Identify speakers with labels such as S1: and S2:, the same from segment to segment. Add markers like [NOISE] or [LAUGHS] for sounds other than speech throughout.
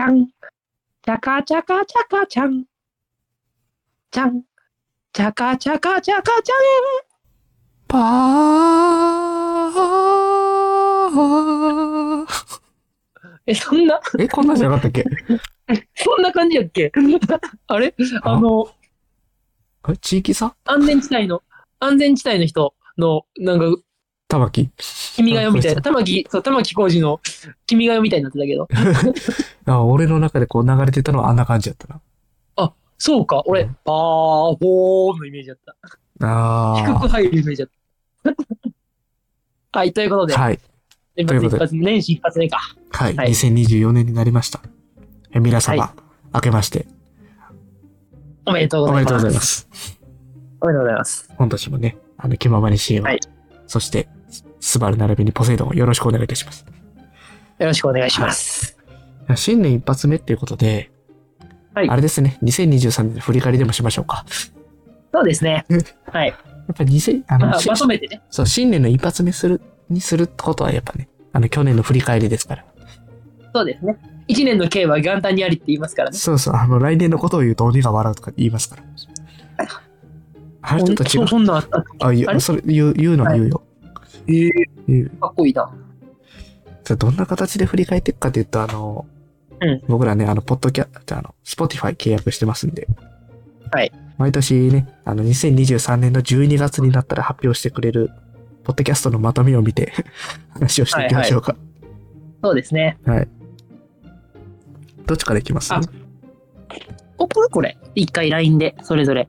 S1: ャン、チャカチャカチャカチャン、チャン、チャカチャカチャカチャン。
S2: パー。
S1: え、そんな、
S2: え、こんなんじゃなかったっけ
S1: そんな感じやっけ [LAUGHS] あれあの、
S2: え地域差
S1: 安全地帯の、安全地帯の人の、なんか、
S2: 玉木
S1: 君が代みたいな、
S2: あ
S1: 玉木、そう、玉木浩二の君が代みたいになってたけど。
S2: あ、俺の中でこう流れてたのはあんな感じだったな。
S1: そうか、俺、パーフォーのイメージだった。低く
S2: あ
S1: 入るイメージだった。 [LAUGHS] はい、ということで
S2: あ。、はい。
S1: 年
S2: という
S1: 発
S2: こと
S1: 一発
S2: で
S1: 目、年始一発目か。
S2: はい。
S1: はい
S2: 2024年になりました。え皆様、
S1: は
S2: 明けまして
S1: おめでとう
S2: お
S1: ござ
S2: め
S1: い
S2: でとう
S1: ま
S2: ござい
S1: す。
S2: ます。
S1: おめでとうございます。
S2: 今年もね、あの、気ままに CM、
S1: はい
S2: そして、ススバル並びにポセイドンをよろしくお願いいたします。
S1: よろしくお願いします。
S2: 新年一発目っていうことで、
S1: はい
S2: あれですね、2023年の振り返りでもしましょうか。
S1: そうです
S2: [LAUGHS]
S1: ね
S2: うん。
S1: はい。
S2: やっぱり2000、あの、
S1: まあ
S2: し
S1: まとめてね。
S2: そう、新年の一発目する、にすることはやっぱね、あの、去年の振り返りですから。
S1: そうですね。一年の計は元旦にありって言いますからね。
S2: そうそう、あの、来年のことを言うと鬼が笑うとか言いますから。あれちょっと違
S1: そう
S2: う。
S1: そんなんあった
S2: あ、い
S1: あ
S2: や、
S1: れ
S2: それ言う、言うのは言うよ。
S1: ええ
S2: 言う
S1: かっこいいな。
S2: じゃあどんな形で振り返っていくかというと、あの、
S1: うん
S2: 僕らね、あの、ポッドキャ、じゃああの、スポティファイ契約してますんで。
S1: はい。
S2: 毎年ね、あの、2023年の12月になったら発表してくれる、ポッドキャストのまとめを見て、 [LAUGHS] 話をしていきましょうか。
S1: そうですね。
S2: どっちからいきます
S1: あおこれこれ。一回 LINE で、それぞれ。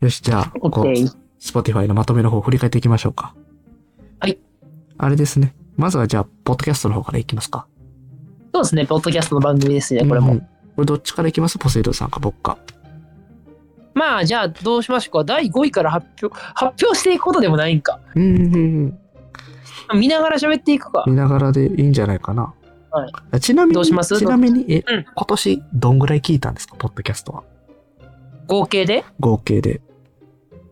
S2: よし、じゃあ、こう
S1: OK。
S2: Spotify のまとめの方を振り返っていきましょうか。
S1: はい。
S2: あれですね。まずはじゃあ、ポッドキャストの方からいきますか。
S1: そうですね。ポッドキャストの番組ですね、これも。
S2: うんうん。これどっちからいきますポセイドさんか僕か。
S1: まあ、じゃあ、どうしましょうか。第5位から発表、発表していくことでもないんか。
S2: うんうんうん。
S1: 見ながら喋っていくか。
S2: 見ながらでいいんじゃないかな。。
S1: はい
S2: ちなみに、
S1: どうします
S2: ちなみに、え、
S1: うん
S2: 今年どんぐらい聞いたんですかポッドキャストは。
S1: 合計で
S2: 合計で。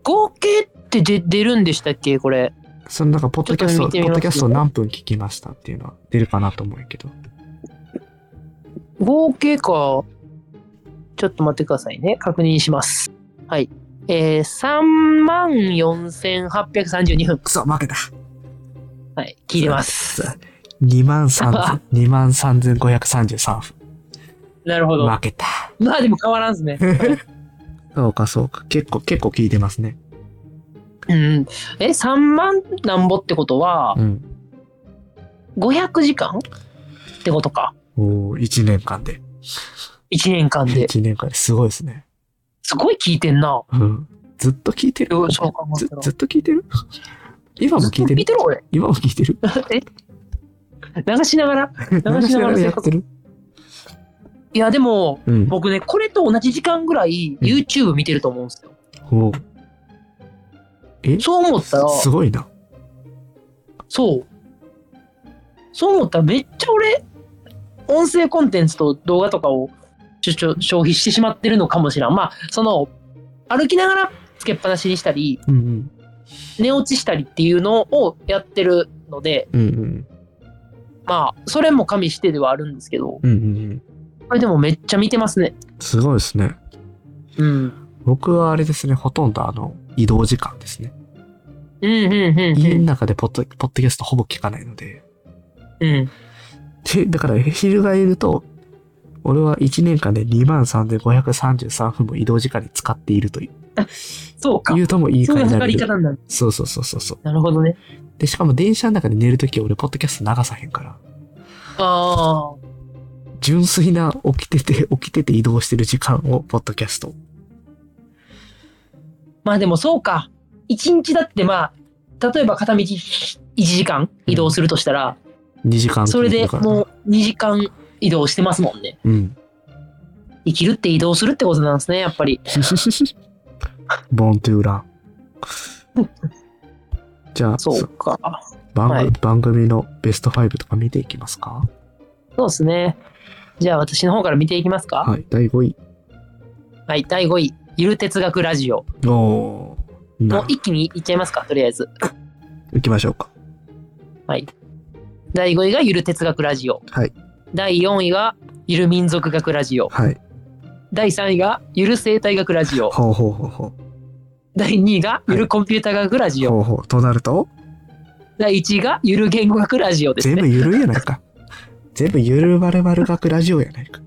S1: 合計ってで出るんでしたっけこれ。
S2: そのなんか、ポッドキャス
S1: ちょ
S2: ト、
S1: っと見
S2: ポ
S1: てみま
S2: ッ
S1: す
S2: ドキャスト何分聞きましたっていうのは出るかなと思うけど。
S1: 合計か。ちょっと待ってくださいね。確認します。はい。えー、34,832分。
S2: くそ、負けた。
S1: はい。聞いてます。
S2: 2万3 2万3533分。
S1: なるほど。
S2: 負けた。
S1: まあでも変わらんすね。
S2: そうか、そうか。結構、結構聞いてますね。
S1: うん。え、3万なんぼってことは、
S2: うん。
S1: 500時間ってことか。
S2: おー1年間で。
S1: 1年間で。
S2: 1年間ですごいですね。
S1: すごい聞いてんな。
S2: うん。ずっと聞いてる
S1: ようそう考え
S2: ず
S1: たら
S2: ずっと聞いてる今も聞いて
S1: 聞
S2: る
S1: いてる俺。
S2: 今も聞
S1: [LAUGHS]
S2: いてる
S1: 流しながら。
S2: 流
S1: ら
S2: しながらやってる
S1: いや、でも、
S2: うん。
S1: 僕ね、これと同じ時間ぐらい
S2: うん
S1: YouTube 見てると思うんですよ。
S2: おーえ
S1: そう思ったら、
S2: すごいな。
S1: そう。そう思ったらめっちゃ俺、音声コンテンツと動画とかをちょちょ消費してしまってるのかもしれん。まあ、その、歩きながらつけっぱなしにしたり、
S2: うんうん。
S1: 寝落ちしたりっていうのをやってるので、
S2: うんうん。
S1: まあ、それも加味してではあるんですけど、
S2: うんうんうん。
S1: これでもめっちゃ見てますね。
S2: すごいですね。
S1: うん。
S2: 僕はあれですね、ほとんどあの、移動時間ですね。
S1: うんうんうん
S2: 家
S1: う
S2: の
S1: ん。
S2: 中でポッド、ポッドキャストほぼ聞かないので。
S1: うん、
S2: でだから、昼がいると、俺は1年間で2万3533分も移動時間に使っているという
S1: そうか
S2: 言。うともいい
S1: そうい
S2: 感
S1: う
S2: じにな
S1: 測
S2: る
S1: り方になる。
S2: そうそうそうそうそう。
S1: なるほどね。
S2: で、しかも電車の中で寝るとき俺、ポッドキャスト流さへんから、
S1: ああ。
S2: 純粋な起きてて、起きてて移動してる時間を、ポッドキャスト。
S1: まあでもそうか。一日だってまあ、例えば片道1時間移動するとしたら、
S2: 2時間
S1: それでも
S2: う。
S1: う2時間移動してますもんね。
S2: うん。 [LAUGHS]
S1: 生きるって移動するってことなんですね、やっぱり。
S2: ボントゥーラ [LAUGHS] ン。じゃあ、
S1: そう
S2: そ
S1: か。
S2: 番組
S1: はい
S2: 番組のベスト5とか見ていきますか
S1: そうですね。じゃあ私の方から見ていきますか。は
S2: はい、第5位。
S1: い、第5位。ゆる哲学ラジオ。
S2: おー。
S1: も
S2: な
S1: う一気にいっちゃいますか、とりあえず。
S2: 行きましょうか。
S1: 第5位がゆる哲学ラジオ。
S2: はい。
S1: 第4位がゆる民族学ラジオ
S2: はい。
S1: 第3位がゆる生態学ラジオ
S2: ほうほうほうほう。
S1: 第2位がゆるコンピュータ学ラジオ、
S2: ほうほう。となると、
S1: 第1位がゆる言語学ラジオです
S2: 全
S1: ね
S2: 部ゆるいやない
S1: [LAUGHS]
S2: か。全部ゆるまるまる学ラジオやないか。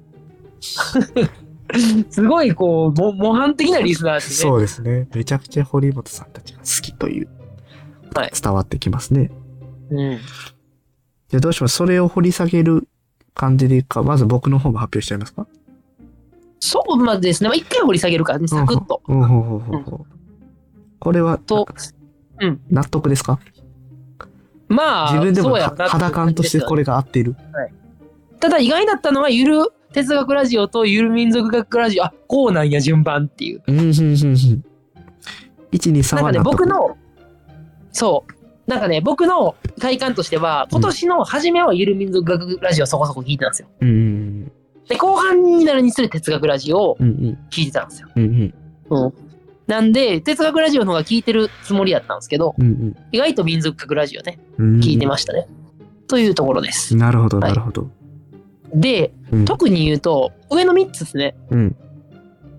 S1: すごいこうも模範的なリスナーですね
S2: そうですね。めちゃくちゃ堀本さんたちが好きという、
S1: はい
S2: 伝わってきますね。
S1: うん、
S2: じゃあどうしますそれを掘り下げる感じでいくか、まず僕の方も発表しちゃいますか
S1: そうまあですね、まあ、1回掘り下げるからねサクッと、
S2: うんほうほうほうほうこれは
S1: とうん
S2: 納得ですか
S1: まあ
S2: 自分でも
S1: そうやろな
S2: 肌感としてこれが合っている。
S1: ただ意外だったのはゆる哲学ラジオとゆる民族学ラジオあこうなんや順番っていう
S2: うん、うん、うん、うん。1、2、3
S1: なんか
S2: は
S1: ね
S2: 納得。
S1: 僕のそうなんかね僕の体感としては今年の初めはゆる民族学ラジオそこそこ聞いてたんですよ
S2: うん、うん、
S1: で後半になるにつれ哲学ラジオを
S2: うん、うん
S1: 聞いてたんですよ、
S2: うん、うん、
S1: うん、なんで哲学ラジオの方が聞いてるつもりだったんですけど
S2: うん
S1: 意外と民族学ラジオね
S2: うん。
S1: 聞いてましたね、というところです
S2: なるほど、
S1: はい
S2: なるほど。
S1: で
S2: うん
S1: 特に言うと上の3つですね
S2: うん、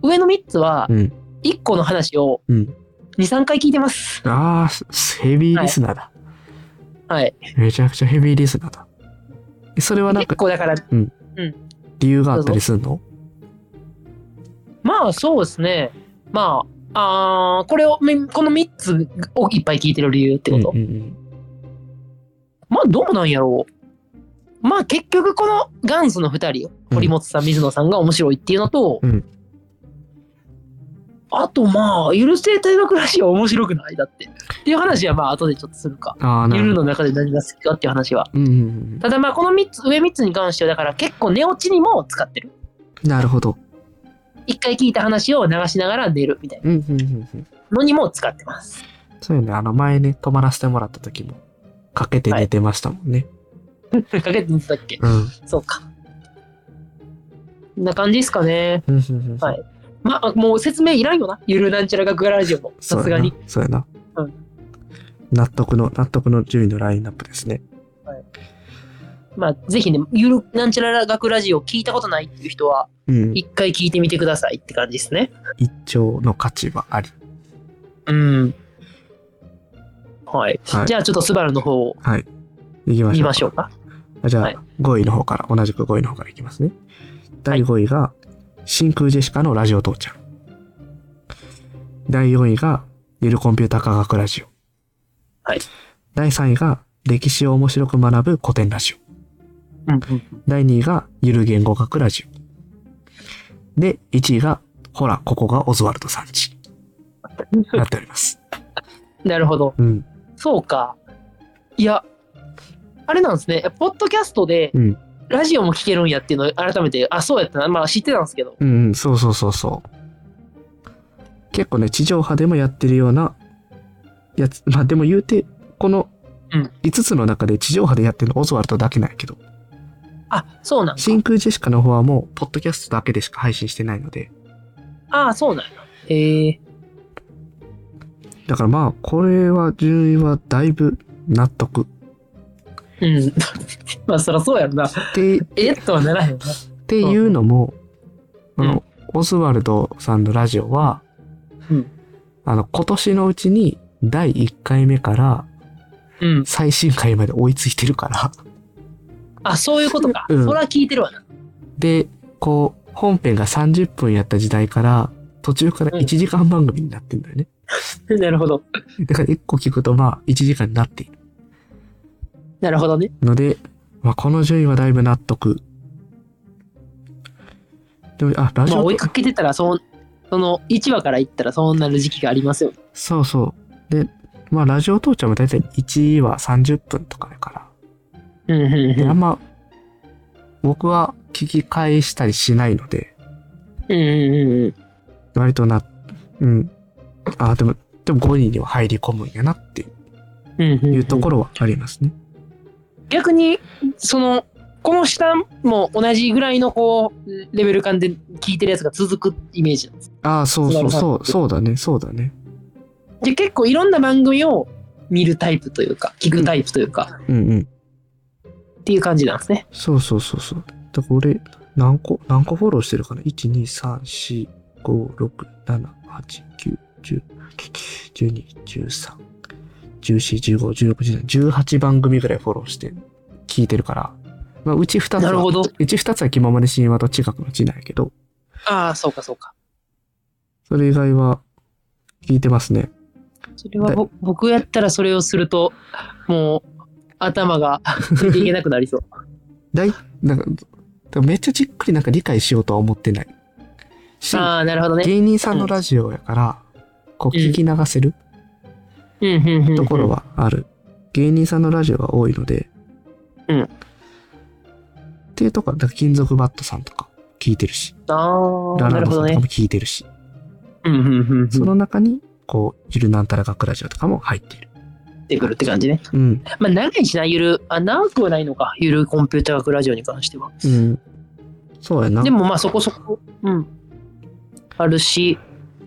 S1: 上の3つは
S2: うん、
S1: 1個の話を
S2: うん。
S1: 23回聞いてます
S2: ああ、ヘビーリスナーだ。
S1: はい
S2: めちゃくちゃヘビーリスナーだ。えそれはなん
S1: 結
S2: か
S1: 構だから
S2: 理由があったりするの
S1: まあそうですねまああーこれをみこの3つをいっぱい聞いてる理由ってこと、
S2: うんうん
S1: まあどうなんやろうまあ結局この元祖の2人堀本さん水野さんが面白いっていうのと、
S2: うん
S1: あとまあ「ゆる生態学ラジオ面白くない?」だってっていう話はまあ後でちょっとするか
S2: うん。あ
S1: 「
S2: あ、な
S1: ゆ
S2: る
S1: る
S2: ほど。
S1: の中で何が好きかっていう話は
S2: うん、うんうん
S1: ただまあこの3つ上3つに関してはだから結構寝落ちにも使ってる
S2: なるほど。
S1: 一回聞いた話を流しながら寝るみたい
S2: うん、うん、うん。うん
S1: なのにも使ってます
S2: [LAUGHS] そうよね。あの前ね、泊まらせてもらった時も、かけて寝てましたもんね。
S1: かけてみてたっけ
S2: うん
S1: そうか。こんな感じですかね。
S2: うんうんうん。
S1: はいまあ、もう説明いらんよな。ゆるなんちゃら学ラジオも。さ
S2: そうや
S1: すがに
S2: な。。そうやな。
S1: うん
S2: 納得の、納得の順位のラインナップですね。
S1: まあ、ぜひね、ゆるなんちゃら学ラジオ聞いたことないっていう人は、
S2: うん。
S1: 一回聞いてみてくださいって感じですね。
S2: 一丁の価値はあり。
S1: うん。はい。
S2: はい
S1: じゃあ、ちょっとスバルの方を
S2: はい。いきましょう。
S1: 見ましょうか。
S2: あじゃあ、
S1: はい
S2: 5位の方から、同じく5位の方からいきますね。第5位が、真空ジェシカのラジオ父ちゃん。第4位が、ゆるコンピュータ科学ラジオ。
S1: はい。
S2: 第3位が、歴史を面白く学ぶ古典ラジ
S1: う
S2: オ。
S1: んうん。
S2: 第2位が、ゆる言語学ラジオ。で、1位が、ほら、ここがオズワルドさんち。なっております。
S1: なるほど。
S2: うん。
S1: そうか。いや、あれなんですね。ポッドキャストで
S2: うん、
S1: ラジオも聞けるんやっていうのを改めて、あ、そうやったな。まあ、知ってたんですけど。
S2: うんうん、そうそうそうそう。結構ね、地上波でもやってるようなやつ。まあでも言うて、この
S1: うん
S2: 5つの中で地上波でやってるのオズワルドだけなんやけど、
S1: あ、そうなんだ。
S2: 真空ジェシカの方はもう、ポッドキャストだけでしか配信してないので、
S1: ああ、そうなんや。へえ。
S2: だからまあ、これは順位はだいぶ納得。
S1: うん。 [LAUGHS] まあ、そりゃそうやろな。
S2: で、っ
S1: えっとはならへんよな。
S2: ていうのも、
S1: う
S2: こ
S1: ん
S2: の、オズワルドさんのラジオは、
S1: うん
S2: あの、今年のうちに第1回目から
S1: うん。
S2: 最新回まで追いついてるから、
S1: あ、そういうことか。
S2: うん
S1: そりゃ聞いてるわな。
S2: でこう本編が30分やった時代から途中から
S1: うん
S2: 1時間番組になってんだよね、
S1: [LAUGHS] なるほど。
S2: だから1個聞くとまあ1時間になっている
S1: なるほどね。
S2: ので、まあ、この順位はだいぶ納得でもあラジ
S1: まあ、
S2: オ、
S1: 追いかけてたら、そんその、1話からいったらそうなる時期がありますよ。
S2: そうそうでまあラジオ父ちゃんも大体1位は30分とかだから
S1: うんうん
S2: であ
S1: うん
S2: ま僕は聞き返したりしないので
S1: ん。うんうんうん。
S2: 割となうんあでもでも5人には入り込むんやなっていう
S1: うんうん
S2: いうところはありますね。
S1: 逆に、その、この下も同じぐらいの、こう、レベル感で聞いてるやつが続くイメージなんです。
S2: ああ、そうそう
S1: つまり
S2: そ
S1: は
S2: う、そうだね、そうだね。
S1: で、結構いろんな番組を見るタイプというか、聞くタイプというか、
S2: うんうん。
S1: っていう感じなんですね。
S2: そうそうそうそう。だから俺、何個、何個フォローしてるかな ?1、2、3、4、5、6、7、8、9、10、12、13、14、15、16、17、18番組ぐらいフォローして聞いてるから、まあ、うち2つ
S1: なるほ
S2: は、
S1: ど。
S2: うち2つは気ままに神話と近くの字なんやけど、
S1: ああ、そうかそうか。
S2: それ以外は聞いてますね。
S1: それはぼ僕やったらそれをすると、もう頭
S2: [LAUGHS]
S1: がついていけなくなりそう。
S2: だい、なんか、でもめっちゃじっくりなんか理解しようとは思ってない。し、
S1: ああ、なるほどね。
S2: 芸人さんのラジオやから、こう聞き流せる
S1: うんうんうん。
S2: ところ。はある。芸人さんのラジオが多いので。
S1: うん
S2: っていうとこは、だから金属バットさんとか聞いてるし、
S1: ああ、
S2: ラ
S1: な
S2: ラ
S1: る
S2: ンド
S1: ほど
S2: さんとか
S1: ね
S2: も。聞いてるし、
S1: うんうんうんうん。
S2: その中に、こう、ゆるなんたら学ラジオとかも入っている。
S1: ってくるって感じね。
S2: うん。
S1: まあ長いしな、ゆる、あ、長くはないのか、ゆるコンピューター学ラジオに関しては。
S2: うん。そうやな。
S1: でもまあそこそこ、うん、あるし、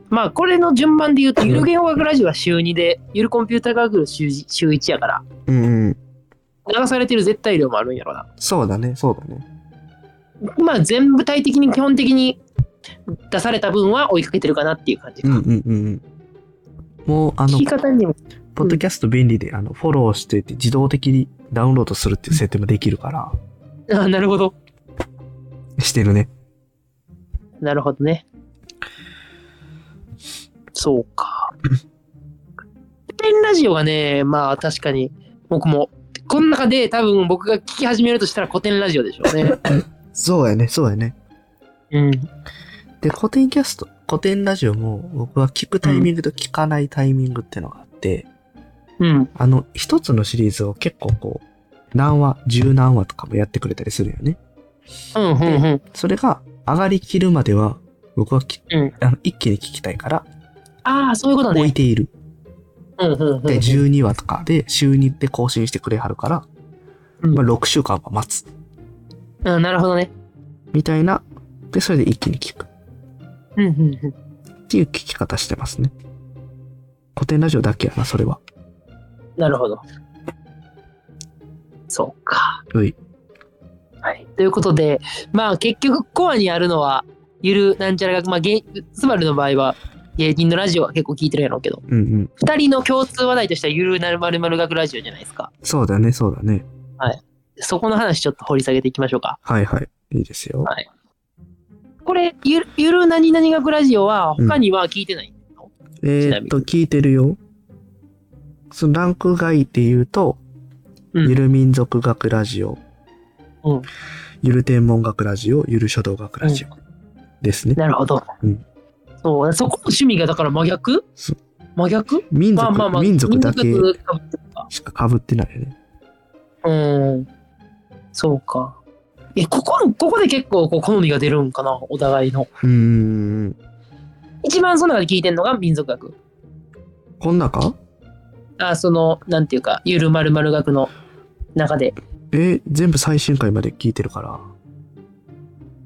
S1: まあこれの順番で言うと、ゆる言語学ラジオは週2で、ゆるコンピューター学ラジオ週1やから、
S2: うんうん。
S1: 流されてる絶対量もあるんやろな。
S2: そうだね、そうだね。
S1: まあ全部体的に基本的に出された分は追いかけてるかなっていう感じか。
S2: うんうんうんうん。もう、あ
S1: 聞
S2: の
S1: き、方にも、
S2: ポッドキャスト便利で、あの、フォローしてて、自動的にダウンロードするっていう設定もできるから、 [LAUGHS]
S1: あなるほど。
S2: してるね。
S1: なるほどね。そうか。ペンラジオがね、まあ確かに僕も、この中で多分僕が聞き始めるとしたら古典ラジオでしょうね。
S2: [LAUGHS] そうやね、そうやね。
S1: うん。
S2: で、古典キャスト、古典ラジオも僕は聞くタイミングと聞かないタイミングっていうのがあって、
S1: うん。
S2: あの、一つのシリーズを結構こう、何話、十何話とかもやってくれたりするよね。
S1: うん、うん、うん。
S2: それが上がりきるまでは、僕はき、
S1: うん
S2: あの一気に聞きたいから、
S1: ああ、そういうこと
S2: 置い
S1: ね。
S2: ている。
S1: うん、うん、うん。
S2: で、12話とかで、週2で更新してくれはるから、
S1: うん
S2: まあ、6週間は待つ。
S1: うん、なるほどね。
S2: みたいな。で、それで一気に聞く。
S1: うん、うん、うん。
S2: っていう聞き方してますね。古典ラジオだけやな、それは。
S1: なるほど。そうか。
S2: うい。
S1: はい。ということで、まあ結局コアにあるのは、ゆるなんちゃらが、まあゲイ、スバルの場合は、芸人のラジオは結構聞いてるやろうけど、
S2: うんうん。
S1: 二人の共通話題としてはゆるなるまるまる学ラジオじゃないですか。
S2: そうだね、そうだね。
S1: そこの話ちょっと掘り下げていきましょうか。
S2: はいはい。いいですよ。
S1: これ、ゆるゆる何々学ラジオは他には聞いてない。
S2: え
S1: なみ
S2: ー、っ
S1: に
S2: と、聞いてるよ。そのランク外で言うと、
S1: うん
S2: ゆる民族学ラジオ、
S1: うん
S2: ゆる天文学ラジオ、ゆる書道学ラジオですね。
S1: なるほど。
S2: うん
S1: そうそこの趣味がだから真逆
S2: そ
S1: 真逆
S2: 民
S1: まあ
S2: 族、
S1: まあまあ、
S2: 民族だけ
S1: 民族か
S2: しか被ってないよね。
S1: うん。そうか。え、ここ、ここで結構こう好みが出るんかな、お互いの。
S2: うーん。
S1: 一番その中で聞いてるのが民族学。
S2: こん中
S1: あ、その、なんていうか、ゆるまるまる学の中で。
S2: えー全部最新回まで聞いてるか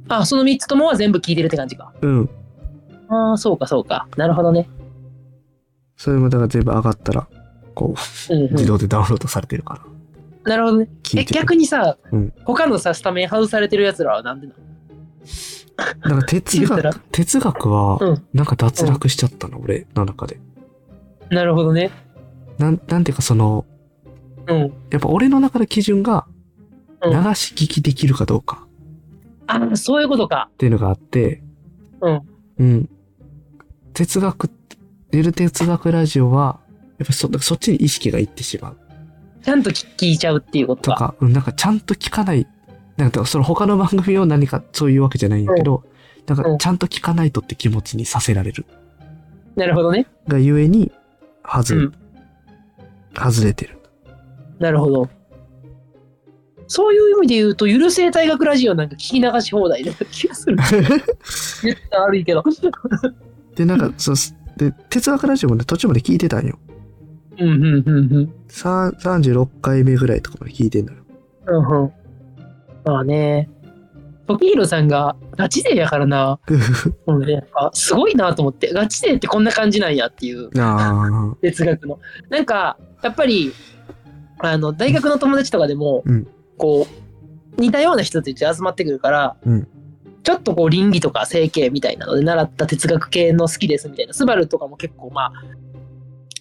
S2: ら。
S1: あ、その3つともは全部聞いてるって感じか。
S2: うん。
S1: ああ、そうか、そうか。なるほどね。
S2: それもだから全部上がったら、こ
S1: うん、う
S2: う、自
S1: ん。
S2: 動でダウンロードされてるから。
S1: なるほどね。
S2: 聞
S1: え、
S2: いてる。
S1: 逆にさ、
S2: うん
S1: 他のさ、スタメン外されてるやつらはなんでなの
S2: だから哲
S1: 言った
S2: 学、哲学は
S1: うん、
S2: なんか脱落しちゃったの、俺の中で。
S1: なるほどね。
S2: なん、なんていうかその、
S1: うん。
S2: やっぱ俺の中の基準が、
S1: う
S2: 流
S1: ん
S2: し聞きできるかどうか
S1: あ、そういうことか。
S2: っていうのがあって、
S1: うん。
S2: うん。哲学、ゆる哲学ラジオは、やっぱそそっちに意識がいってしまう
S1: ちゃんと聞聞いちゃうっていうこと
S2: と
S1: か。
S2: か、うん、なんかちゃんと聞かない、なんかその他の番組を何かそういうわけじゃないんだけど、なん
S1: う
S2: か
S1: ん
S2: ちゃんと聞かないとって気持ちにさせられる
S1: なるほどね。
S2: がゆえに、はず、
S1: うん
S2: 外れて [LAUGHS] る。
S1: なるほど。そういう意味で言うと、ゆる生態学ラジオなんか聞き流し放題な気がする。 [LAUGHS] 言ったら悪いけど。
S2: で、なんか、そう、で、哲学ラジオもね、途中まで聞いてたんよ。
S1: うんうんうんうん。
S2: さん36回目ぐらいとかまで聞いてんのよ。
S1: うんうん。まあね。時宏さんがガチ勢やからな。もうね、やっぱすごいなと思って。ガチ勢ってこんな感じなんやっていう
S2: ああ。
S1: 哲学の。なんか、やっぱり、あの、大学の友達とかでも、
S2: うん
S1: こう似たような人たち集まってくるから、
S2: うん
S1: ちょっとこう倫理とか整形みたいなので習った哲学系の好きですみたいなスバルとかも結構まあ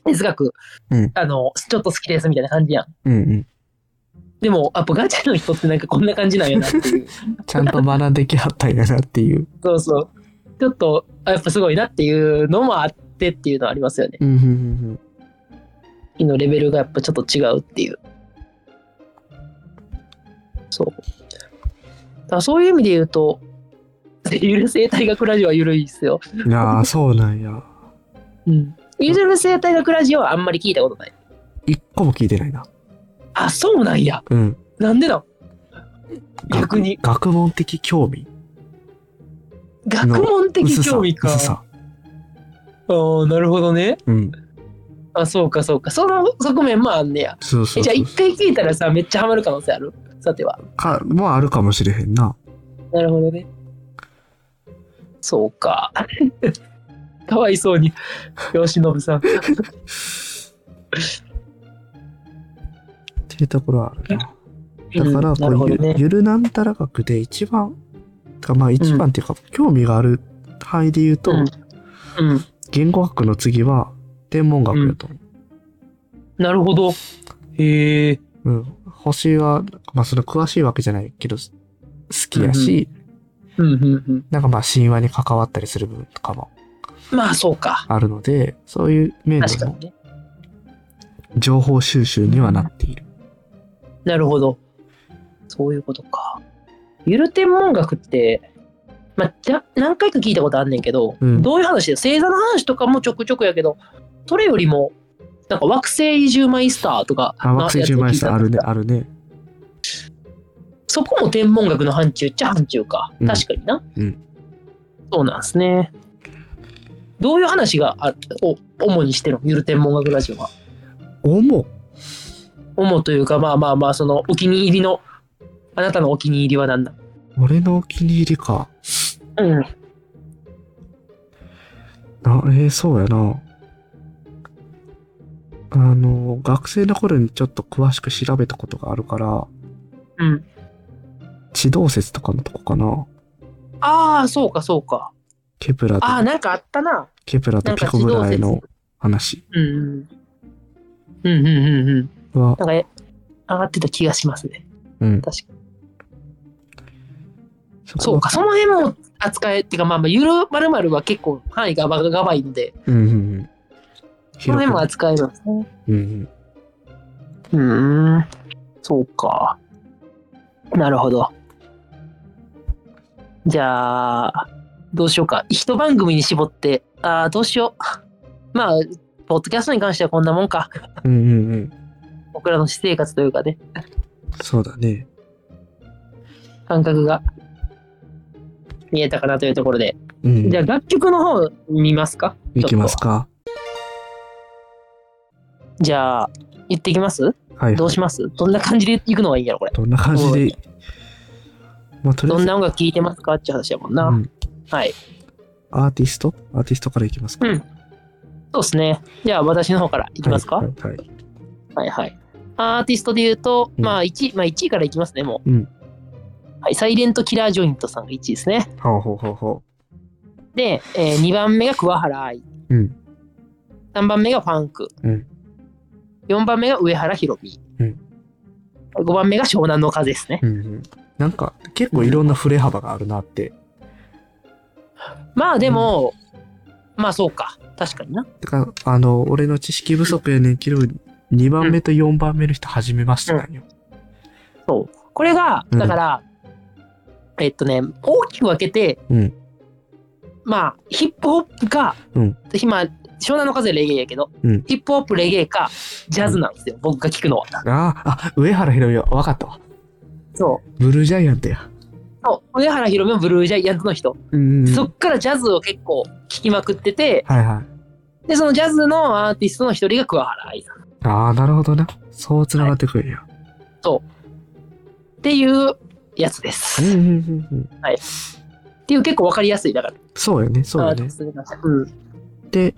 S1: 哲学、
S2: うん
S1: あのちょっと好きですみたいな感じやん
S2: うんうん。
S1: でもやっぱガチャの人ってなんかこんな感じなんやなっていう
S2: ちゃんと学んできはったんやなっていう。
S1: そうそうちょっとあやっぱすごいなっていうのもあってっていうのはありますよね
S2: うんうんうん
S1: 時のレベルがやっぱちょっと違うっていう。そう。だからそういう意味で言うと、ゆる生態学ラジオはゆるいっすよ。
S2: うん。ああ、そうなんや。
S1: うん。ゆる生態学ラジオはあんまり聞いたことない。
S2: 一個も聞いてないな。
S1: あ、そうなんや。
S2: うん。
S1: なんでだ逆に
S2: 学学問的興味。
S1: 学問的
S2: 薄さ
S1: 興味か。
S2: 薄
S1: あ
S2: さ。
S1: あー、なるほどね。
S2: うん。
S1: あ、そうかそうか。その側面もあんねや。
S2: そうそ
S1: え
S2: う
S1: じゃ
S2: そ
S1: あ
S2: う。
S1: 一回聞いたらさ、めっちゃハマる可能性あるさては。
S2: か、もあるかもしれへんな。
S1: なるほどね。そうか。 [LAUGHS] かわいそうに。よしのぶさん。
S2: っていうところはあるな。だから、
S1: うんなる
S2: こ
S1: ほ
S2: うい
S1: ど
S2: う、
S1: ね。
S2: ゆるなんたら学で一番、てかまあ一番っていうか、興味がある範囲で言うと、
S1: うんうん。
S2: 言語学の次は天文学やと思
S1: なるほど。へえ。
S2: う。うん。星は、まあそれ詳しいわけじゃないけど、好きやし、
S1: うんうんうん。
S2: なんかまあ神話に関わったりする部分とかも
S1: まあそうか。
S2: あるので、そういう面
S1: 確
S2: で
S1: か
S2: の
S1: にね。
S2: 情報収集にはなっている。
S1: なるほど。そういうことか。ゆる天文学って、まあ、じゃ何回か聞いたことあんねんけど、
S2: うん
S1: どういう話で星座の話とかもちょくちょくやけど、それよりも、なんか惑星10枚スターとか、
S2: あ、惑星10枚さんあるね、あるね。
S1: そこも天文学の範疇っちゃ範疇か。
S2: うん
S1: 確かにな。
S2: うん
S1: そうなんですね。どういう話があを主にしてるのゆる天文学ラジオは。
S2: 主
S1: 主というか、まあまあまあ、そのお気に入りの、あなたのお気に入りは何だ
S2: 俺のお気に入りか。
S1: うん。
S2: あ、えーそうやな。あの、学生の頃にちょっと詳しく調べたことがあるから、
S1: うん。
S2: 地動説とかのとこかな。
S1: ああ、そうかそうか。
S2: ケプラ
S1: ああ、
S2: と、
S1: なんかあったな。
S2: ケプラとピコブライの話
S1: うんうん。うんうんうんうん。
S2: は、
S1: なんかえ、上がってた気がしますね。
S2: うん。
S1: 確かに。
S2: そこ
S1: そうか、その辺も扱え、ってか、まあまあ、ゆるまるまるは結構範囲がばがばいので、
S2: うんうんうん。
S1: その辺も
S2: 広
S1: 扱えるんですね。
S2: くうんうん。
S1: うーん、そうか。なるほど。じゃあ、どうしようか。一番組に絞って、ああ、どうしよう。まあ、ポッドキャストに関してはこんなもんか。
S2: うんうんうん。
S1: 僕らの私生活というかね、
S2: そうだね。
S1: 感覚が見えたかなというところで。
S2: うん
S1: じゃ。あ、楽曲の方見ますか
S2: いきます。か。
S1: ちょっとじゃあ、言ってきます
S2: はい。
S1: どうしますどんな感じで行くのがいいんやろ、これ。
S2: どんな感じで、まあ、とりあ
S1: ど
S2: え
S1: ん
S2: ず、
S1: な音楽聴いてますかって話やもんな。
S2: うん
S1: はい。
S2: アーティストアーティストからいきますか。
S1: うんそうですね。じゃあ、私の方からいきますか。
S2: はいはいはい
S1: はいはい。アーティストで言うと、
S2: うん
S1: まあ1位、まあ1位からいきますね、もう。
S2: うん
S1: はい、サイレントキラージョイントさんが1位ですね。
S2: ほうほうほうほ
S1: で、え2番目が桑原愛。
S2: う。うん。
S1: 3番目がファンク。
S2: うん
S1: 4番目が上原ひろみ。
S2: うん
S1: 5番目が湘南の風ですね。
S2: うんうん。なんか、結構いろんな振れ幅があるなって。
S1: まあでも、まあそうか。確かにな。
S2: てか、あの、俺の知識不足やねんけど、2番目と4番目の人、初めましてなんよ。
S1: そう。これが、
S2: うん
S1: だから、えっとね、大きく分けて、
S2: うん
S1: まあ、ヒップホップか、
S2: うん
S1: 今、湘南の風レゲエやけど、
S2: うん
S1: ヒップホップレゲエか、ジャズなんですよ、僕が聞くのは。
S2: ああ、あ、上原ひろみは、わかったわ。
S1: そう。
S2: ブルージャイアントや。
S1: そう上原ひろみもブルージャイアントの人、
S2: うんうん。
S1: そっからジャズを結構聞きまくってて、
S2: はいはい。
S1: で、そのジャズのアーティストの一人が桑原愛さん。っ
S2: ああ、なるほどな。そう繋がってくるんや。
S1: ていうやつです。
S2: うん
S1: っ
S2: うんうんうん。
S1: ていう結構わかりやすい、だから。
S2: そうよね、そう
S1: ア
S2: よ
S1: ーテ
S2: ね
S1: ィ。ストに関してうん。
S2: で、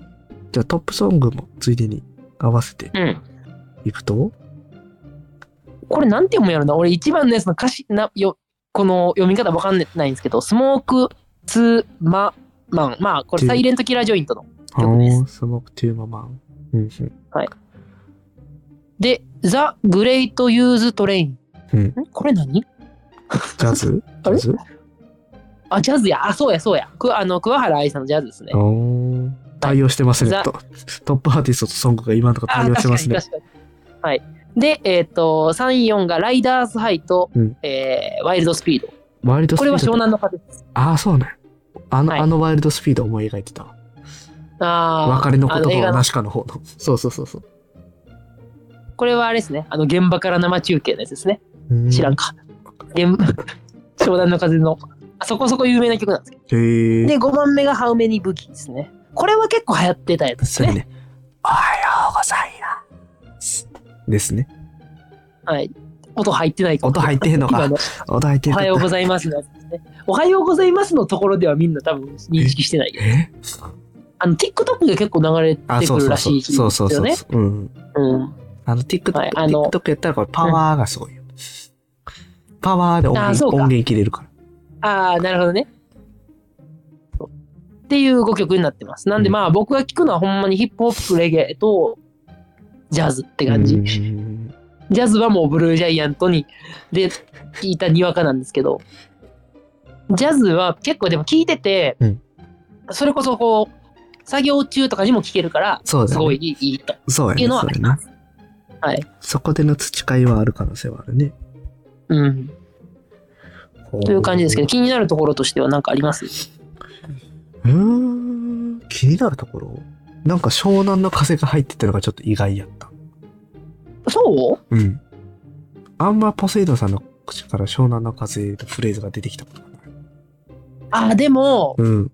S2: じゃあトップソングもついでに合わせて
S1: うん。
S2: いくと、
S1: これなんて読むんやろな俺一番のやつの歌詞なよこの読み方わかんないんですけどスモークツーママンまあこれサイレントキラージョイントの曲です
S2: あースモークトゥーママン。うんうん。
S1: でザ・グレイト・ユーズ・トレイン
S2: うん。
S1: んこれ何
S2: ジャズ
S1: あ
S2: ジ
S1: れ
S2: ャズ
S1: あジャズやあそうやそうやくあの桑原愛さんのジャズですね
S2: あー対応してますね。
S1: ザ
S2: トトップアーティストとソングが今のとこ
S1: あ
S2: 対応してますね。
S1: 確かに確かに。はい。で、えっ、と、3、4がライダーズハイと、
S2: うん
S1: えーワイルドスピード。
S2: ワイルドス
S1: こ
S2: ピー
S1: れは
S2: ドって。
S1: 湘南の風です。
S2: ああ、そうね。あの、
S1: はい
S2: あのワイルドスピードを思い描いてたわ。
S1: あー
S2: 別れの言
S1: あ映
S2: 葉
S1: 画
S2: は
S1: の
S2: なしかの方の。そうそうそうそう。
S1: これはあれですね。あの、現場から生中継のやつですね。
S2: うー
S1: 知らんか。現 [LAUGHS] 湘南の風の、あそこそこ有名な曲なんですけ
S2: へ
S1: ど。
S2: ー
S1: で、5番目がハウメニ武器ですね。これは結構流行ってたやつです
S2: そうや
S1: ね。
S2: ね。おはようございます。ですね。
S1: はい。音入ってない
S2: 音入ってへんのか
S1: 今の
S2: お題
S1: お
S2: て
S1: はようございますのやつですね。おはようございますのところではみんな多分認識してないけど。
S2: え
S1: あの、TikTok が結構流れ
S2: あ、
S1: て
S2: そ
S1: くる
S2: うそう
S1: らし
S2: そう。
S1: いですよ
S2: そう
S1: ね。
S2: そうそう。うん。
S1: うん、
S2: あの、TikTok、
S1: はいあの
S2: TikTok やったらこれパワーがすごいよ。パワーで音
S1: あそ
S2: 源
S1: うか
S2: 音源切れるから。
S1: ああ、なるほどね。そうっていう5曲になってます。なんで
S2: うん
S1: まあ僕が聞くのはほんまにヒップホップ、レゲエとジャズって感じ。
S2: うーん
S1: ジャズはもうブルージャイアントにで聞いたにわかなんですけど、ジャズは結構でも聞いてて、
S2: うん
S1: それこそこう、作業中とかにも聞けるから、
S2: そうだ、ね、
S1: すごいいいと。
S2: そうや
S1: ってい
S2: ね。
S1: うのは
S2: そうやね。
S1: はい。
S2: そこでの培いはある可能性はあるね。
S1: うん。という感じですけど、。気になるところとしては何かあります
S2: うーん。気になるところなんか湘南の風が入ってたのがちょっと意外やった。
S1: そう
S2: うん。あんまポセイドンさんの口から湘南の風のフレーズが出てきたことがない。
S1: ああ、でも、
S2: うん。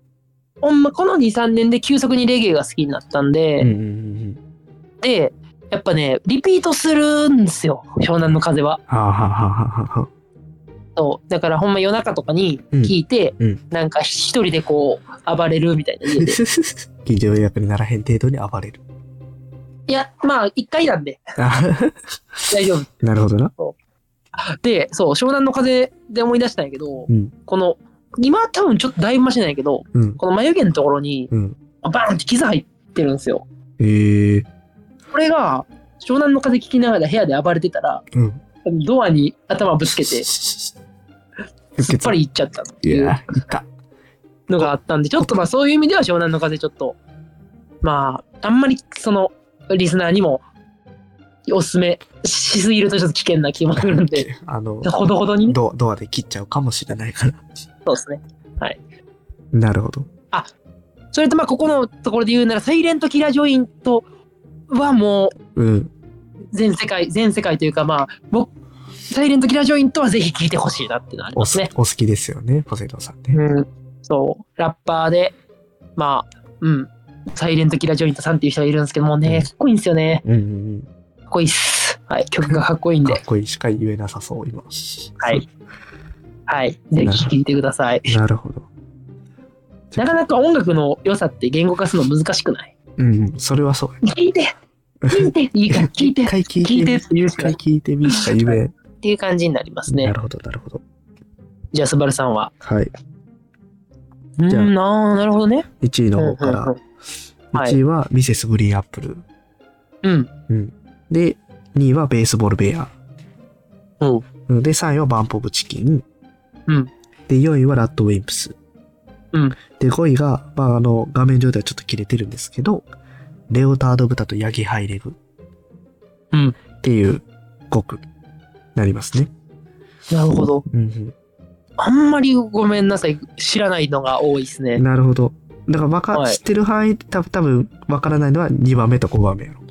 S1: ほんまこの23年で急速にレゲエが好きになったんで、
S2: うんうんうんうん。
S1: でやっぱねリピートするんですよ湘南の風は
S2: はあはあはあはあはあ。 [LAUGHS]
S1: そうだからほんま夜中とかに聞いて、
S2: うんうん
S1: なんか一人でこう暴れるみたいな家で
S2: 近所迷惑にならへん程度に暴 [LAUGHS] れる。
S1: いやまあ一回なんで
S2: あ
S1: 大丈夫
S2: なるほどな。
S1: でそう湘南の風で思い出したんやけど、
S2: うん
S1: この今多分ちょっとだいぶマシなんやけど
S2: うん。
S1: この眉毛のところに
S2: うん。
S1: バーンって傷入ってるんですよ
S2: えー、
S1: これが湘南の風聞きながら部屋で暴れてたら
S2: うん。
S1: ドアに頭ぶつ
S2: [LAUGHS]
S1: けて
S2: す
S1: すっぱり行っちゃったって
S2: い
S1: いう
S2: や、いった。
S1: のがあったんで、ちょっとまあそういう意味では湘南の風ちょっと、まあ、あんまりその、リスナーにもおすすめしすぎるとちょっと危険な気もするん [LAUGHS] で、
S2: [LAUGHS] あの、
S1: ほどほどにね
S2: ドドアで切っちゃうかもしれないから。 [LAUGHS]
S1: そうですね。
S2: なるほど。
S1: それとまあここのところで言うなら、サイレントキラージョイントはもう
S2: うん。
S1: 全世界、全世界というかまあ、僕、サイレントキラージョイントはぜひ聴いてほしいなっていうのはあり
S2: お
S1: ます
S2: す
S1: ね。
S2: お好きですよね、ポセイドンさんね。
S1: うん、そう、ラッパーで、まあ、うん、サイレントキラージョイントさんっていう人がいるんですけどもね、かっこいいんですよね。
S2: うんうん
S1: かっこいいっす。はい、曲がかっこいい
S2: うんん。か
S1: で
S2: っ、こいいしか言えなさそう、今。
S1: はい。はい、ぜひ聴いてください。
S2: なるほど。
S1: なかなか音楽の良さって言語化するの難しくない
S2: うんうん、それはそうや。
S1: 聞いて聞いていいから聞いて
S2: 一
S1: っ
S2: 回聞いて
S1: 聞いて
S2: み、
S1: って言うし
S2: 一
S1: か
S2: 回聞いてみしか言えん。
S1: ていう感じになります
S2: な
S1: ね。
S2: るほど、なるほど。
S1: じゃあ、スバルさんは。
S2: はい。
S1: う
S2: じゃあ
S1: ん、あーなるほどね。
S2: 1位の方から。
S1: うんうんうんはい
S2: 1位はミセスグリーンアップル。
S1: うん。
S2: で、2位はベースボールベア。
S1: うん
S2: うんで、3位はバンポブチキン。
S1: うん
S2: で、4位はラッドウィンプス。
S1: うん
S2: で、5位が、まあ、あの、画面上ではちょっと切れてるんですけど、レオタード豚とヤギハイレグ。
S1: うん
S2: っていう5句になりますね。
S1: なるほど。
S2: うん
S1: あんまりごめんなさい。知らないのが多いです
S2: う
S1: ね
S2: ん、。なるほど。だからわか、
S1: はい
S2: 知ってる範囲で多分多分わからないのは2番目と5番目やろ。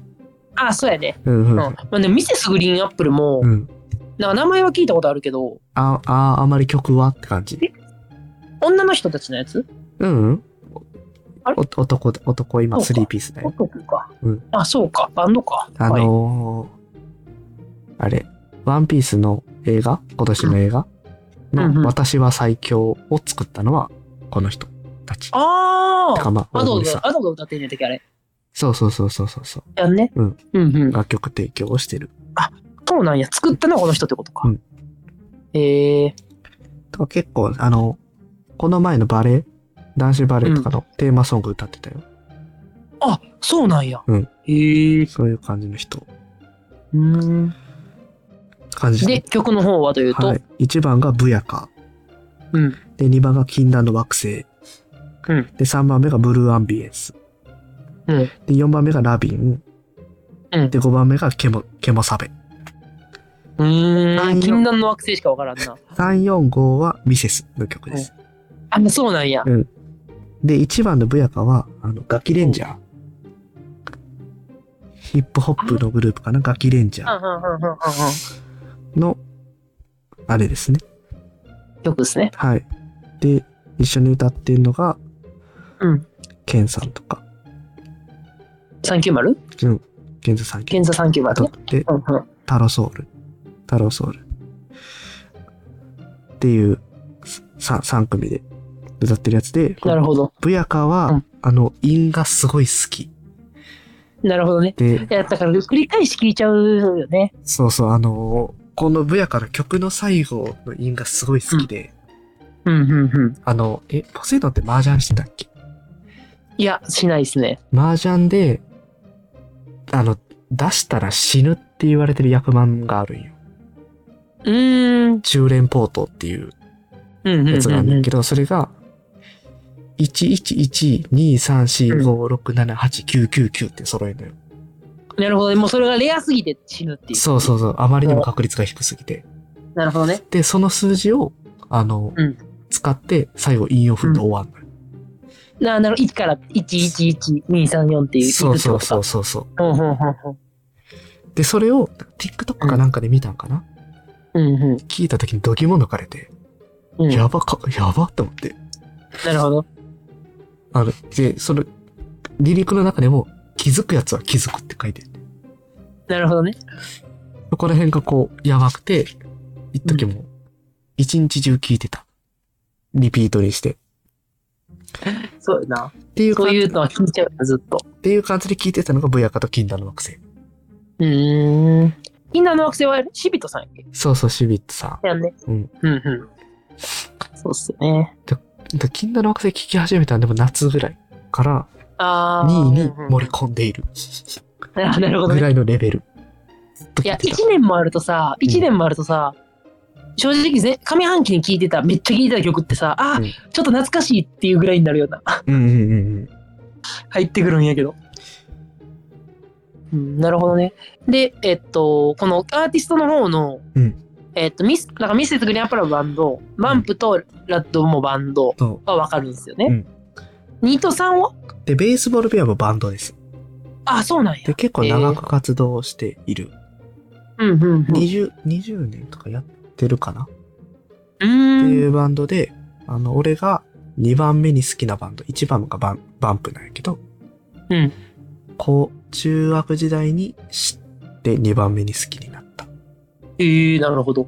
S1: あ、そうやね。
S2: うんう
S1: うんん。まあね、ミセスグリーンアップルも
S2: う、ん、
S1: なんか名前は聞いたことあるけど、
S2: ああ、あまり曲はって感じ。
S1: 女の人たちのやつ
S2: うんうん。
S1: あれ
S2: お男だ、男今
S1: そう
S2: ス
S1: か
S2: リーピースだよ。
S1: 男か、
S2: うん
S1: あ、そうか。バンドか。
S2: あ
S1: はい、
S2: のーあれ、ワンピースの映画、今年の映画
S1: うんうん
S2: の私は最強を作ったのはこの人たち。
S1: あ
S2: てか
S1: あ
S2: まあ、
S1: ア
S2: 大
S1: ド
S2: 森さん
S1: が、アドが歌ってんねん時あれ。
S2: そうそうそうそうそうそう。
S1: やんね。
S2: うん
S1: うんうん。
S2: 楽曲提供をしてる。
S1: そうなんや。作ったのはこの人ってことか。
S2: うん
S1: ええ
S2: とか結構、あの、この前のバレエ、男子バレエとかのテーマソング歌ってたよ。
S1: あ、そうなんや。
S2: うん
S1: へえ
S2: そういう感じの人。
S1: うん。
S2: 感じ
S1: で、曲の方はというと、
S2: はい、1番がブヤカ。
S1: うん。
S2: で、2番が禁断の惑星。
S1: うん
S2: で、3番目がブルーアンビエンス。
S1: うん
S2: で、4番目がラビン。
S1: うん
S2: で、5番目がケモ、ケモサベ。
S1: う
S2: は
S1: ーん。
S2: い
S1: 禁断の惑星しかわからんな。
S2: 3、4、5はミセスの曲です。
S1: あ、もうそうなんや。
S2: で、1番のブヤカは、あの、ガキレンジャー。ヒップホップのグループかな、ガキレンジ
S1: うんう
S2: ャ
S1: んうんうんうんうん。
S2: ーの、あれですね。
S1: 曲ですね。
S2: はい。で、一緒に歌ってるのが、
S1: うん。
S2: ケンさんとか、
S1: 390?
S2: ケンズさん、
S1: 検査390ね。
S2: で、
S1: うんうん。
S2: タロソール。タロソール。っていう3、三組で歌ってるやつで、
S1: なるほど。
S2: ブヤカは、
S1: うん
S2: あの、韻がすごい好き。
S1: なるほどね。
S2: で、
S1: いや、だから繰り返し聞いちゃうよね。
S2: そうそう、あのーこのブヤカの曲の最後の韻がすごい好きで、
S1: うんうんうん。
S2: あの、え、ポセイドンって麻雀してたっけ
S1: いや、しないですね。
S2: 麻雀で、あの、出したら死ぬって言われてる役満があるんよ。
S1: うーん。
S2: 中連ポートっていう
S1: うんうん
S2: やつ
S1: う
S2: なん
S1: んう
S2: だ
S1: ん
S2: けど、それが、1112345678999って揃えるのよ。
S1: なるほどね。もうそれがレアすぎて死ぬっていう。
S2: そうそうそう。あまりにも確率が低すぎて。
S1: なるほどね。
S2: で、その数字を、あの、
S1: うん
S2: 使って、最後、引用振ると終わんのよ。
S1: ななる1から111234っていう。。
S2: そうそうそううそうそう。
S1: ほんほんほんほん。
S2: で、それを、TikTok かなんかで見たんかな、
S1: うんうん
S2: 聞いた時に度肝抜かれて、
S1: うん。
S2: やばか、やばって思って。
S1: なるほど。
S2: あの、で、その、離陸の中でも、気づくやつは気づくって書いてる。
S1: なるほどね。
S2: そこら辺がこう、やばくて、一時も、一日中聞いてた。リピートにして。
S1: そうやな。
S2: っていう
S1: そ
S2: 感
S1: う
S2: じ、
S1: いうのは聞いちゃうよずっと。
S2: っていう感じで聞いてたのが、ブヤカと禁断の惑星。
S1: うーん。インナーの惑星はシビトさんやっけ
S2: そうそう、シビッツさ
S1: やんね。
S2: うん。
S1: うんうん。そうっすよね。
S2: ん。で禁断の惑星聞き始めたのでも夏ぐらいから、
S1: あー。
S2: 2位に
S1: うんうん
S2: 盛り込んでいる。
S1: あなるほど
S2: ぐ
S1: ね。
S2: らいのレベル。ずっと
S1: い
S2: 聞
S1: や、
S2: いてた
S1: 1年もあるとさ、1年もあるとさ、正直ぜ、上半期に聴いてた、めっちゃ聴いてた曲ってさ、あ、
S2: うん
S1: ちょっと懐かしいっていうぐらいになるような、
S2: うんうんうんうん。
S1: 入ってくるんやけど。うん、なるほどね。で、えっと、このアーティストの方の、
S2: うん
S1: えっと、ミス、なんかミセスグリーンアップルはバンド、バンプとラッドもバンド
S2: そ
S1: はわかるんですよ
S2: う
S1: ね
S2: ん。
S1: 二2と3は
S2: う。で、ベースボールペアもバンドです。
S1: あ、そうなんや
S2: で、。結構長く活動している。
S1: うん、うん、うん。
S2: 20、20年とかやってるかな
S1: う
S2: ってい
S1: ーん。
S2: うバンドで、あの、俺が2番目に好きなバンド、1番がバンバンプなんやけど、
S1: うん。
S2: こう、中学時代に知って2番目に好きになった。
S1: えー、なるほど。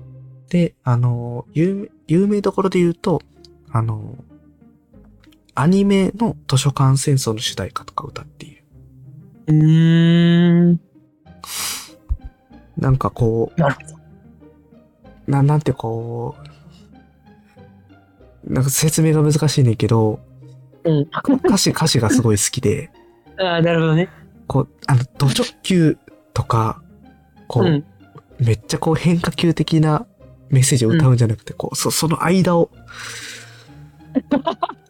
S2: で、あの、有名、有名どころで言うと、あの、アニメの図書館戦争の主題歌とか歌っている。
S1: うーん。
S2: なんかこ
S1: なるほど。
S2: う、な、なんてこう、なんか説明が難しいねんけど、
S1: うん。
S2: 歌詞、歌詞がすごい好きで、
S1: あーなるほどね。
S2: こう、あの、ド直球とか、こう、
S1: うん。
S2: めっちゃこう変化球的なメッセージを歌うんじゃなくて、こう、そその
S1: [LAUGHS]
S2: 間を、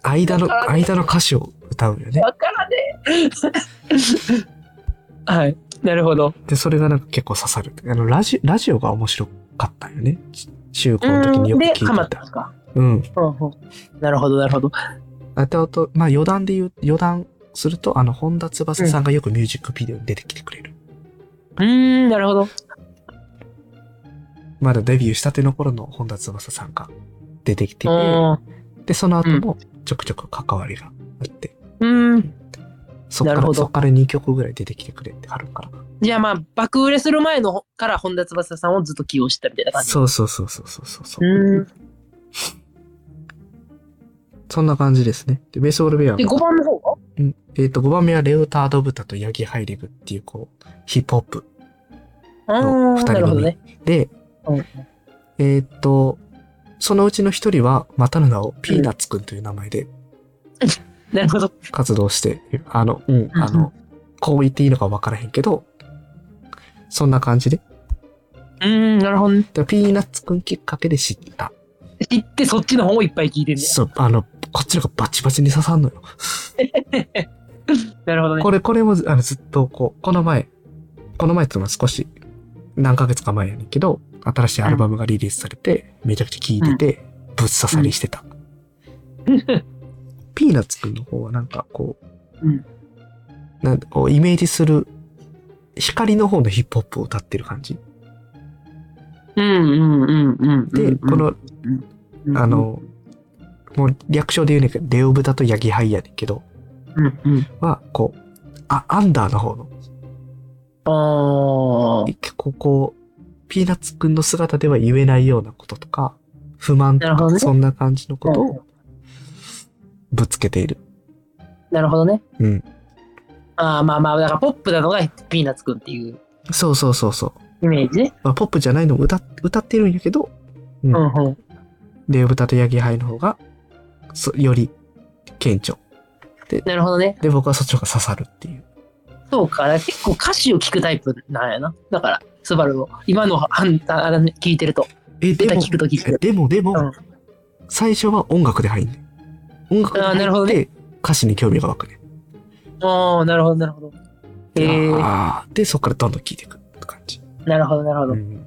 S2: 間の、間の歌詞を歌うよね。
S1: わからねえ。 [LAUGHS] はい。なるほど。
S2: で、それがなんか結構刺さる。あの、ラジラジオが面白かったよね。中高の時によく
S1: で、
S2: 聞
S1: ハマ
S2: い
S1: ってた
S2: た。
S1: のか。
S2: うん。
S1: うんうん。なるほど、なるほど。
S2: あと、あと、まあ余談で言う、余談すると、あの、本田翼さんがよくミュージックビデオに出てきてくれる。
S1: うーん、なるほど。
S2: まだデビューしたての頃の本田翼さんが出てきてて、
S1: う
S2: で、その後もちょくちょく関わりがあって、
S1: ん。うん。
S2: そっ
S1: な
S2: か
S1: る
S2: ら、
S1: ほど
S2: そっから2曲ぐらい出てきてくれってはるか
S1: じゃあまあ、爆売れする前のから本田翼さんをずっと起用してたみたいな
S2: ら。
S1: 感じ。
S2: そうそうそうそうそうそうそう。
S1: うん。
S2: そんな感じですね。で、ベースボールベア
S1: で、5番の方は
S2: うんえっ、と、5番目はレオタード・ブタとヤギ・ハイリグっていう、こう、ヒップホップ
S1: ああ、
S2: 二人組
S1: なるほどね。
S2: で、
S1: うん
S2: えーっと、そのうちの一人は、またの名をピーナッツくんという名前で
S1: なるほど。
S2: 活動して、あの、うん、
S1: うん
S2: あの、こう言っていいのかわからへんけど、そんな感じで。
S1: うーん、なるほどね。
S2: でピーナッツくんきっかけで知った。
S1: 知ってそっちの方をいっぱい聞いてんだよ。
S2: そう、あの、こっちの方がバチバチに刺さんのよ。
S1: なるほどね。
S2: これ、これもあのずっとこう、この前、この前っていうのは少し、何ヶ月か前やねんけど、新しいアルバムがリリースされて、めちゃくちゃ聴いてて、ぶっ刺さりしてた。ピーナッツくんの方はなんかこう、
S1: うん
S2: なんかこうイメージする、光の方のヒップホップを歌ってる感じ。
S1: うんうんうんうん。
S2: で、
S1: うん
S2: こ、の、
S1: うん
S2: あ、の、もう略称で言うねんけど、レオブタとヤギハイやねんけど、
S1: うんうん。
S2: は、こう、あ、アンダーの方の、
S1: ああ、
S2: 結構こう、ピーナッツくんの姿では言えないようなこととか、不満と
S1: なるほど
S2: か、
S1: ね
S2: そんな感じのこと
S1: うん
S2: をぶつけている。
S1: なるほどね。
S2: うん。
S1: ああ、まあまあ、だからポップなのがピーナッツくんっていう
S2: そうそうそうそう。
S1: イメージね。
S2: まあ、ポップじゃないのも歌っ歌ってるんやけど、うん
S1: うんうん。
S2: レオブタとヤギハイの方が、そより顕著。
S1: なるほどね。
S2: で、僕はそっちの方が刺さるっていう。
S1: そうか、だから結構歌詞を聞くタイプなんやな。だから、スバルを、今のはんああれね聞いてると。
S2: え、で
S1: 歌
S2: も
S1: 聞くとき聞、く
S2: えでも、でも、
S1: うん
S2: 最初は音楽で入んねん音楽で
S1: あーなるほ
S2: 入
S1: ど
S2: っ
S1: ね
S2: て、歌詞に興味が湧くねん。
S1: ああ、なるほど、なるほど。えー、
S2: あーで、そっからどんどん聴いていくって感じ。
S1: なるほど、なるほど。
S2: うん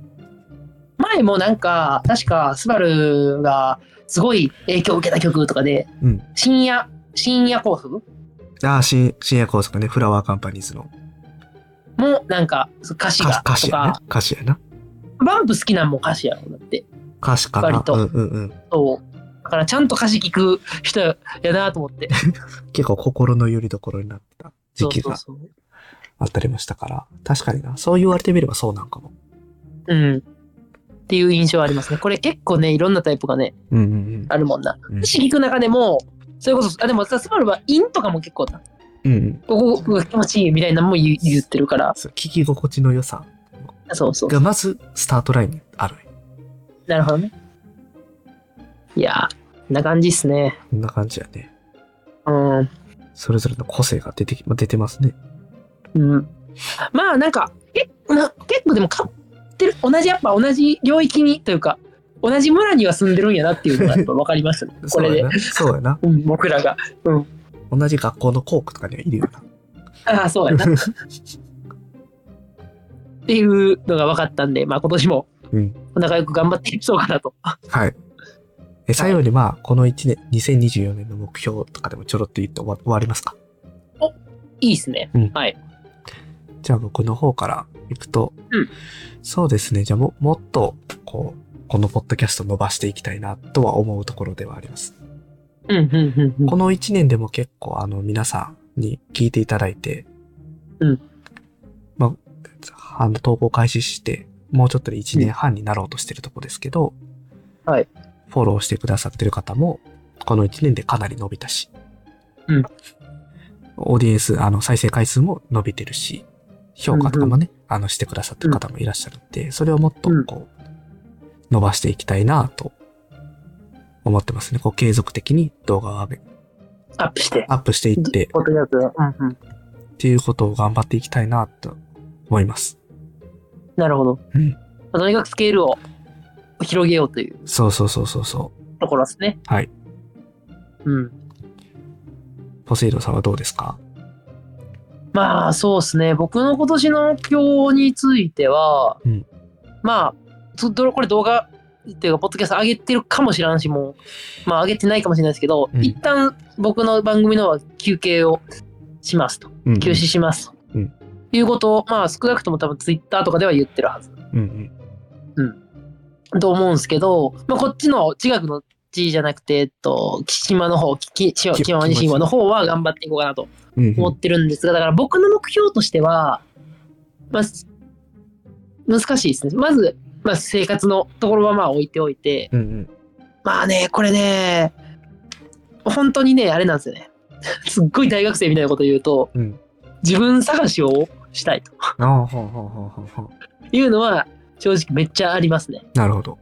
S1: 前もなんか、確か、スバルがすごい影響を受けた曲とかで、
S2: うん
S1: 深夜、深夜高速
S2: ああ、深深夜高速ね、フラワーカンパニーズの
S1: も、なんか、歌詞
S2: 歌
S1: が
S2: 歌
S1: と
S2: 詞や
S1: か
S2: な。、歌詞やな。
S1: バンプ好きなんも歌詞やろ、だって。
S2: 歌詞かな。
S1: 割と
S2: うんうんうん。
S1: そう。だから、ちゃんと歌詞聞く人やなと思っ
S2: [LAUGHS]
S1: て。
S2: 結構心の拠り所になってた時期が
S1: そうそう
S2: あったりもしたから、確かにな。そう言われてみればそうなんかも。
S1: そう。うん。っていう印象はありますね。これ結構ね、いろんなタイプがね、
S2: うんうん
S1: あるもんな。
S2: うん。うん
S1: 歌詞聞く中でも、それこそ、あ、でもさ、スバルは、インとかも結構な、
S2: うんうん。
S1: ここが気持ちいいみたいなのも言う言ってるから、
S2: そう聞き心地の良さ
S1: そうそう。
S2: がまずスタートラインにある。
S1: なるほどね。いやー、こんな感じっすね。
S2: こんな感じやね。
S1: うん。
S2: それぞれの個性が出てき、まあ出てますね。。
S1: うん、まあ、なんか、えな結構でも、買ってる、同じ、やっぱ同じ領域にというか、同じ村には住んでるんやなっていうのがやっぱ分かりましたね
S2: [LAUGHS]
S1: これ
S2: そうや
S1: で。
S2: な。そうやな。
S1: うん、僕らが。うん。
S2: 同じ学校の校区とかにはいるよな。
S1: ああ、そうやな。っていうのが分かったんで、まあ今年も
S2: うん。
S1: 仲良く頑張っていきそうかなと。
S2: [LAUGHS] はい。え最後にまあ、この1年、2024年の目標とかでもちょろっと言って終わ終わりますか。
S1: いいっすね。
S2: じゃあ僕の方から行くと、
S1: うん
S2: そうですね。じゃあも、もっと、こう、このポッドキャスト伸ばしていきたいなとは思うところではあります。
S1: うん、うん、うん、う
S2: こ
S1: ん。
S2: の1年でも結構、あの、皆さんに聞いていただいて、
S1: うん
S2: まあ、あの、投稿開始して、もうちょっとで1年半になろうとしてるとこですけど、
S1: はい。
S2: フォローしてくださってる方も、この1年でかなり伸びたし、
S1: うん。
S2: オーディエンス、あの、再生回数も伸びてるし、評価とかもね、あの、してくださってる方もいらっしゃるんで、それをもっと
S1: うん、
S2: こう、伸ばしていきたいなと思ってますね。こう、継続的に動画を上げ
S1: アップして。
S2: アップしていって、
S1: ポッドキャストうん、うん。
S2: っていうことを頑張っていきたいなと思います。
S1: なるほど。
S2: うん
S1: まあとにかくスケールを広げようという
S2: そうそうそうそうそう。
S1: ところですね。
S2: はい。
S1: うん。
S2: ポセイドさんはどうですか
S1: まあそうですね僕の今年の目標については、
S2: うん
S1: まあつどこれ動画っていうかポッドキャスト上げてるかもしれんしもうまあ上げてないかもしれないですけど、
S2: うん
S1: 一旦僕の番組のは休憩をしますと
S2: うんうん
S1: 休止しますと、
S2: うん
S1: いうことをまあ少なくとも多分ツイッターとかでは言ってるはず
S2: うんうん。
S1: と思うんですけど、まあ、こっちの地学の地じゃなくて、えっと、岸島の方、きき島
S2: き
S1: 島に神話の方は頑張っていこうかなと
S2: うんうん
S1: 思ってるんですが、だから僕の目標としては、まあ、す難しいですね。まず、まあ、生活のところはまあ置いておいて、
S2: うんうん。
S1: まあね、これね、本当にね、あれなんですよね。 [LAUGHS] すっごい大学生みたいなこと言うと、
S2: うん
S1: 自分探しをしたいと。
S2: ああ、ほうほうほうほうほう。
S1: いうのは正直めっちゃありますね。
S2: なるほど。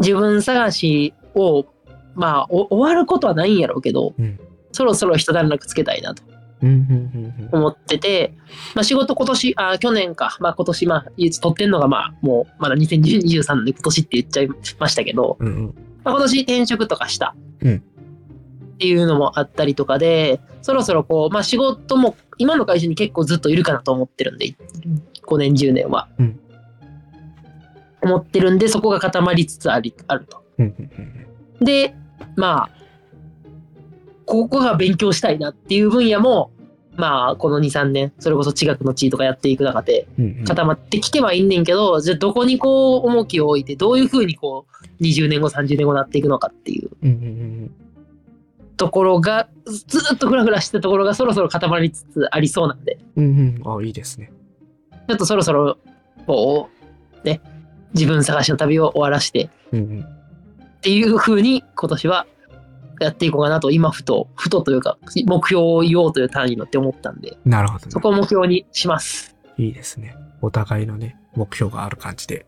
S1: 自分探しを、まあ、お終わることはないんやろうけど、
S2: うん
S1: そろそろ一段落つけたいなと
S2: うん、うん、
S1: 思ってて、まあ、仕事今年、あ去年か、まあ、今年、まあ、唯一取ってんのが、まあ、もう、まだ2023年で今年って言っちゃいましたけど、
S2: うん、うん。うん
S1: まあ、今年転職とかした。
S2: うん
S1: っていうのもあったりとかで、そろそろこう、まあ仕事も、今の会社に結構ずっといるかなと思ってるんで、5年、10年は。
S2: うん
S1: 思ってるんで、そこが固まりつつありあると。
S2: うん、うん
S1: でまあここが勉強したいなっていう分野もまあこの23年それこそ地学の地位とかやっていく中で
S2: うん、うんうん。
S1: 固まってきてはいんねんけど、じゃあどこにこう重きを置いてどういうふうにこう20年後30年後なっていくのかっていう
S2: うん、うん、うん
S1: ところがずずっとフラフラしてたところがそろそろ固まりつつありそうなんで
S2: うん。うん、うん。あ、いいですね。
S1: ちょっとそろそろこうね自分探しの旅を終わらして
S2: うん、うん。
S1: っていう風に今年はやっていこうかなと今ふとふとというか目標を言おうという単位のって思ったんで
S2: なるほど、ね
S1: そ。こを目標にします
S2: いいですね。お互いのね、目標がある感じで。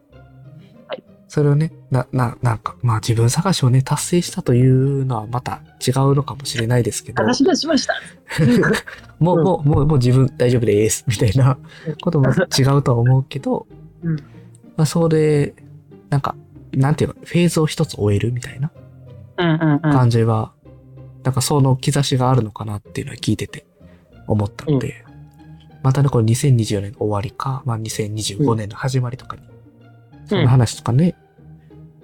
S1: はい。
S2: それをね、な、な、なんか、まあ自分探しをね、達成したというのはまた違うのかもしれないですけど、
S1: 話がしました
S2: [LAUGHS] も
S1: う
S2: う、
S1: ん
S2: もう、もう、もう自分大丈夫です、みたいなことも違うとは思うけど、
S1: うん
S2: まあそれ、なんか、なんていうか、フェーズを一つ終えるみたいな
S1: うんうんうん
S2: 感じは、なんかその兆しがあるのかなっていうのは聞いてて思ったので、またね、これ2024年の終わりか、まあ2025年の始まりとかに、その話とかね、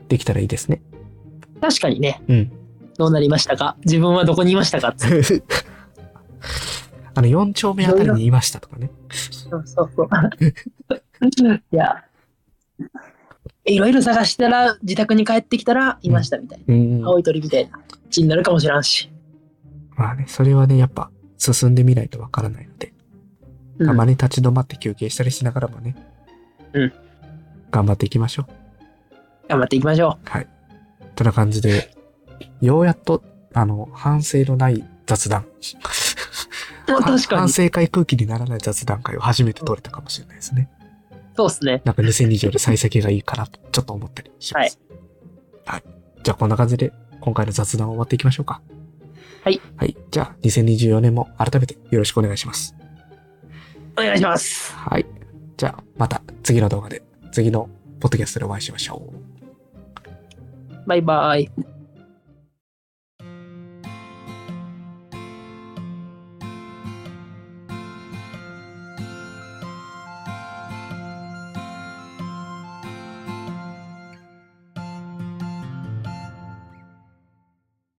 S2: できたらいいですね。
S1: 確かにね [LAUGHS]
S2: うん。
S1: どうなりましたか自分はどこにいましたかって
S2: あの、4丁目あたりにいましたとかね。
S1: そうそうそう [LAUGHS] いやいろいろ探したら自宅に帰ってきたらいましたみたいな、
S2: うん。
S1: 青い鳥みたいな地になるかもしらんし、
S2: まあね、それはね、やっぱ進んでみないとわからないので、
S1: うん
S2: たまに立ち止まって休憩したりしながらもね、
S1: うん。
S2: 頑張っていきましょう。
S1: 頑張っていきましょ
S2: はい。とな感じで、ようやっと、あの、反省のない雑談。
S1: うまあ確か
S2: [LAUGHS] 反
S1: に
S2: 省会空気にならない雑談会を初めて取れたかもしれないですね。
S1: そうっすね
S2: なんか2024で幸先がいいかなと、ちょっと思ったりします。はい。じゃあこんな感じで、今回の雑談を終わっていきましょうか。
S1: はい。
S2: はい。じゃあ2024年も改めてよろしくお願いします。
S1: お願いします
S2: はい。じゃあまた次の動画で、次のポッドキャストでお会いしましょう。
S1: バイバイ